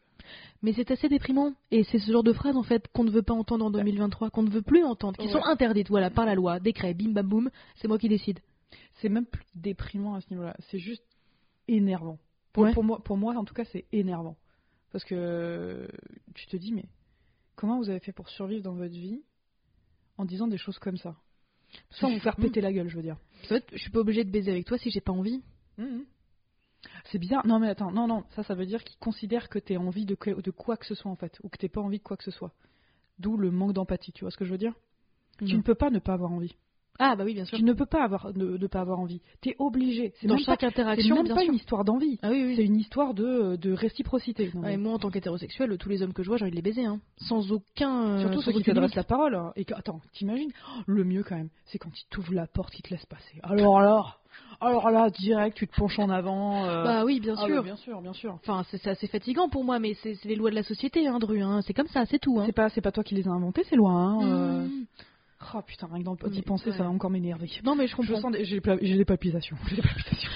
Speaker 1: Mais c'est assez déprimant. Et c'est ce genre de phrases en fait qu'on ne veut pas entendre en 2023, qu'on ne veut plus entendre, qui
Speaker 2: Ouais.
Speaker 1: sont interdites, voilà, par la loi, décret, bim bam boum, c'est moi qui décide.
Speaker 2: C'est même plus déprimant à ce niveau-là. C'est juste énervant. Pour,
Speaker 1: Ouais.
Speaker 2: pour moi, pour moi, en tout cas, c'est énervant. Parce que euh, tu te dis, mais comment vous avez fait pour survivre dans votre vie en disant des choses comme ça Sans
Speaker 1: que
Speaker 2: vous
Speaker 1: je-
Speaker 2: faire péter la gueule, je veux dire.
Speaker 1: En fait, je suis pas obligée de baiser avec toi si j'ai pas envie. mmh.
Speaker 2: C'est bizarre. Non, mais attends, non, non, ça, ça veut dire qu'ils considèrent que t'es envie de, que- de quoi que ce soit, en fait, ou que t'es pas envie de quoi que ce soit. D'où le manque d'empathie, tu vois ce que je veux dire Tu
Speaker 1: Non.
Speaker 2: ne peux pas ne pas avoir envie.
Speaker 1: Ah bah oui, Mmh. bien sûr.
Speaker 2: Tu ne peux pas avoir, ne, ne pas avoir envie. T'es obligé. C'est
Speaker 1: Dans
Speaker 2: même
Speaker 1: chaque
Speaker 2: pas, c'est
Speaker 1: interaction,
Speaker 2: même
Speaker 1: bien
Speaker 2: pas
Speaker 1: sûr.
Speaker 2: une histoire d'envie.
Speaker 1: Ah oui, oui.
Speaker 2: C'est une histoire de, de réciprocité. Non,
Speaker 1: Ouais, et
Speaker 2: mais
Speaker 1: moi, en tant qu'hétérosexuel, tous les hommes que je vois, j'ai envie de les baiser, hein. sans aucun. euh,
Speaker 2: Surtout
Speaker 1: sans
Speaker 2: ceux qui
Speaker 1: aucune
Speaker 2: t'adressent
Speaker 1: limite.
Speaker 2: la parole. hein. Et que- attends, t'imagines Oh, Le mieux quand même, c'est quand ils t'ouvrent la porte, ils te laissent passer. Alors là, alors là, direct, tu te penches en avant. euh,
Speaker 1: Bah oui, bien
Speaker 2: ah, bah,
Speaker 1: sûr.
Speaker 2: bien sûr, bien sûr.
Speaker 1: Enfin, c'est c'est assez fatigant pour moi, mais c'est c'est les lois de la société, hein, Dru. Hein. C'est comme ça, c'est tout. Hein.
Speaker 2: C'est pas, c'est pas toi qui les as inventés, c'est loin. hein, euh.
Speaker 1: Mmh.
Speaker 2: Oh putain, rien que d'en- d'y
Speaker 1: Mais-
Speaker 2: penser,
Speaker 1: ouais.
Speaker 2: ça va encore m'énerver.
Speaker 1: Non, mais je
Speaker 2: Je
Speaker 1: comprends.
Speaker 2: sens des- j'ai, des pla- j'ai des palpitations. *laughs* j'ai des palpitations.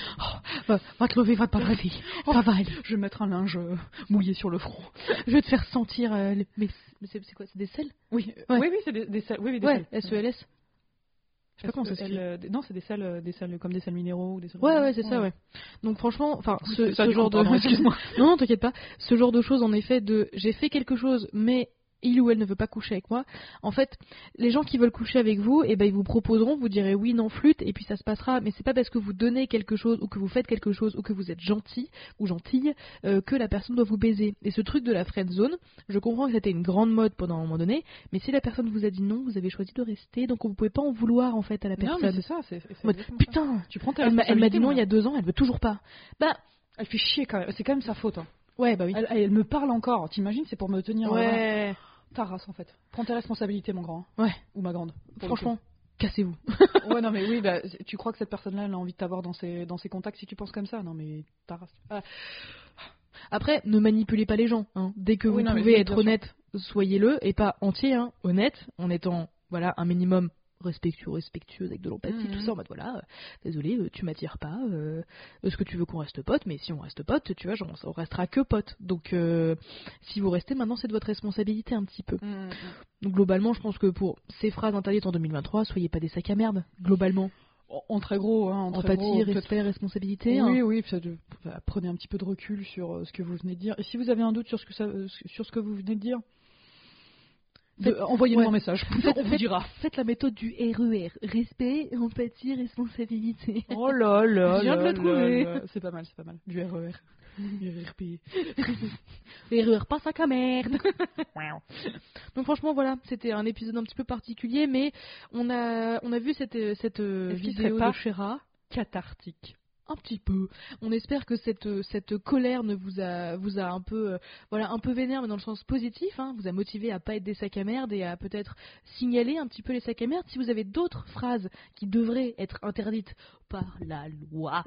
Speaker 1: Va, va te lever, va *laughs* te parler. Ça va aller.
Speaker 2: Je vais mettre un linge euh, mouillé sur le front.
Speaker 1: Je vais te faire sentir. euh, le- Mais mais c'est c'est quoi C'est des selles
Speaker 2: Oui,
Speaker 1: Ouais.
Speaker 2: oui, oui, c'est des, des salles. Oui, oui, des
Speaker 1: Ouais, E
Speaker 2: salles.
Speaker 1: SELS. Je sais pas comment ça
Speaker 2: SEL,
Speaker 1: s'écrit.
Speaker 2: euh, des- Non, c'est des salles, euh, des salles comme des salles minéraux ou des salles.
Speaker 1: Ouais, ouais, c'est ça, ouais. Donc franchement, enfin, ce,
Speaker 2: C'est ça,
Speaker 1: ce
Speaker 2: du coup,
Speaker 1: genre de. *laughs*
Speaker 2: pardon, excuse-moi.
Speaker 1: Non, non, t'inquiète pas. Ce genre de choses, en effet, de j'ai fait quelque chose, mais il ou elle ne veut pas coucher avec moi. En fait, les gens qui veulent coucher avec vous, eh ben, ils vous proposeront, vous direz oui, non, flûte, et puis ça se passera. Mais c'est pas parce que vous donnez quelque chose, ou que vous faites quelque chose, ou que vous êtes gentil ou gentille, euh, que la personne doit vous baiser. Et ce truc de la friend zone, je comprends que c'était une grande mode pendant un moment donné, mais si la personne vous a dit non, vous avez choisi de rester, donc vous pouvez pas en vouloir, en fait, à la
Speaker 2: Non, mais c'est
Speaker 1: personne.
Speaker 2: ça, c'est. c'est
Speaker 1: En mode,
Speaker 2: exactement ça.
Speaker 1: Putain,
Speaker 2: Tu prends ta
Speaker 1: elle m'a elle m'a dit
Speaker 2: responsabilité,
Speaker 1: non il y
Speaker 2: maintenant.
Speaker 1: a deux ans, elle veut toujours pas. Bah,
Speaker 2: Elle fait chier quand même. C'est quand même sa faute. hein.
Speaker 1: ouais, bah oui.
Speaker 2: Elle, elle me parle encore. T'imagines, c'est pour me tenir. euh, en-
Speaker 1: Ouais,
Speaker 2: Ta race en fait. Prends tes responsabilités, mon grand. hein.
Speaker 1: Ouais.
Speaker 2: Ou ma grande. pour le
Speaker 1: franchement. cassez-vous.
Speaker 2: *laughs* ouais, non, mais oui, bah, tu crois que cette personne-là, elle a envie de t'avoir dans ses, dans ses contacts si tu penses comme ça Non, mais ta race. Ah.
Speaker 1: Après, ne manipulez pas les gens. hein. Dès que
Speaker 2: Oui,
Speaker 1: vous
Speaker 2: non, mais
Speaker 1: pouvez
Speaker 2: oui,
Speaker 1: être
Speaker 2: bien sûr.
Speaker 1: honnête, soyez-le, et pas entier, hein, honnête, en étant voilà un minimum respectueux, respectueux, avec de l'empathie,
Speaker 2: Mhm.
Speaker 1: tout ça, en mode voilà, euh, désolé, euh, tu m'attires pas, euh, est-ce que tu veux qu'on reste pote Mais si on reste pote, tu vois, genre, on restera que pote. Donc, euh, si vous restez, maintenant, c'est de votre responsabilité un petit peu. Donc, globalement, je pense que pour ces phrases interdites en 2023, soyez pas des sacs à merde, globalement.
Speaker 2: En, en très gros, hein, en très
Speaker 1: Empathie,
Speaker 2: gros, peut-être-
Speaker 1: respect, responsabilité. hein.
Speaker 2: Oui, oui, ça de- enfin, prenez un petit peu de recul sur euh, ce que vous venez de dire. Et si vous avez un doute sur ce que, ça, euh, sur ce que vous venez de dire, de-
Speaker 1: Faites-
Speaker 2: envoyez-moi
Speaker 1: ouais.
Speaker 2: un message.
Speaker 1: Faites-
Speaker 2: On vous
Speaker 1: faites-
Speaker 2: dira.
Speaker 1: Faites la méthode du RER. Respect, empathie, *laughs* responsabilité.
Speaker 2: Oh là là.
Speaker 1: Je viens de le
Speaker 2: là là
Speaker 1: trouver.
Speaker 2: là. C'est pas mal, c'est pas mal. Du
Speaker 1: E *laughs*
Speaker 2: RER. Du RRP.
Speaker 1: RER, pas sac à merde. *laughs* Donc franchement, voilà, c'était un épisode un petit peu particulier, mais on a, on a vu cette, euh, cette euh,
Speaker 2: Est-ce qu'il
Speaker 1: vidéo
Speaker 2: serait pas-
Speaker 1: de Shera.
Speaker 2: Cathartique.
Speaker 1: Un petit peu. On espère que cette, euh, cette colère ne vous a, vous a un peu, euh, voilà, un peu vénère, mais dans le sens positif, hein, vous a motivé à pas être des sacs à merde et à peut-être signaler un petit peu les sacs à merde. Si vous avez d'autres phrases qui devraient être interdites par la
Speaker 2: *laughs*
Speaker 1: loi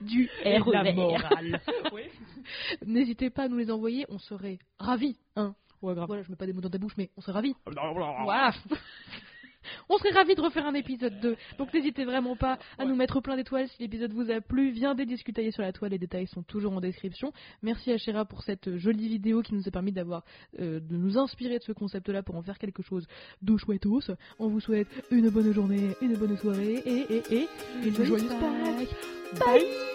Speaker 1: du
Speaker 2: Et
Speaker 1: RER,
Speaker 2: la morale. oui.
Speaker 1: N'hésitez pas à nous les envoyer, on serait ravis. Hein.
Speaker 2: Ouais, grave.
Speaker 1: Voilà, je mets pas des mots dans ta bouche, mais on serait ravis. Voilà. *laughs* On serait ravis de refaire un épisode 2. Donc n'hésitez vraiment pas à nous mettre plein d'étoiles si l'épisode vous a plu. Viendez discuter sur la toile, les détails sont toujours en description. Merci à Chéra pour cette euh, jolie vidéo qui nous a permis d'avoir, euh, de nous inspirer de ce concept-là pour en faire quelque chose de chouettos. On vous souhaite une bonne journée, une bonne soirée et, et, et, une
Speaker 2: Joyeuse Pâques.
Speaker 1: Bye.
Speaker 2: Bye.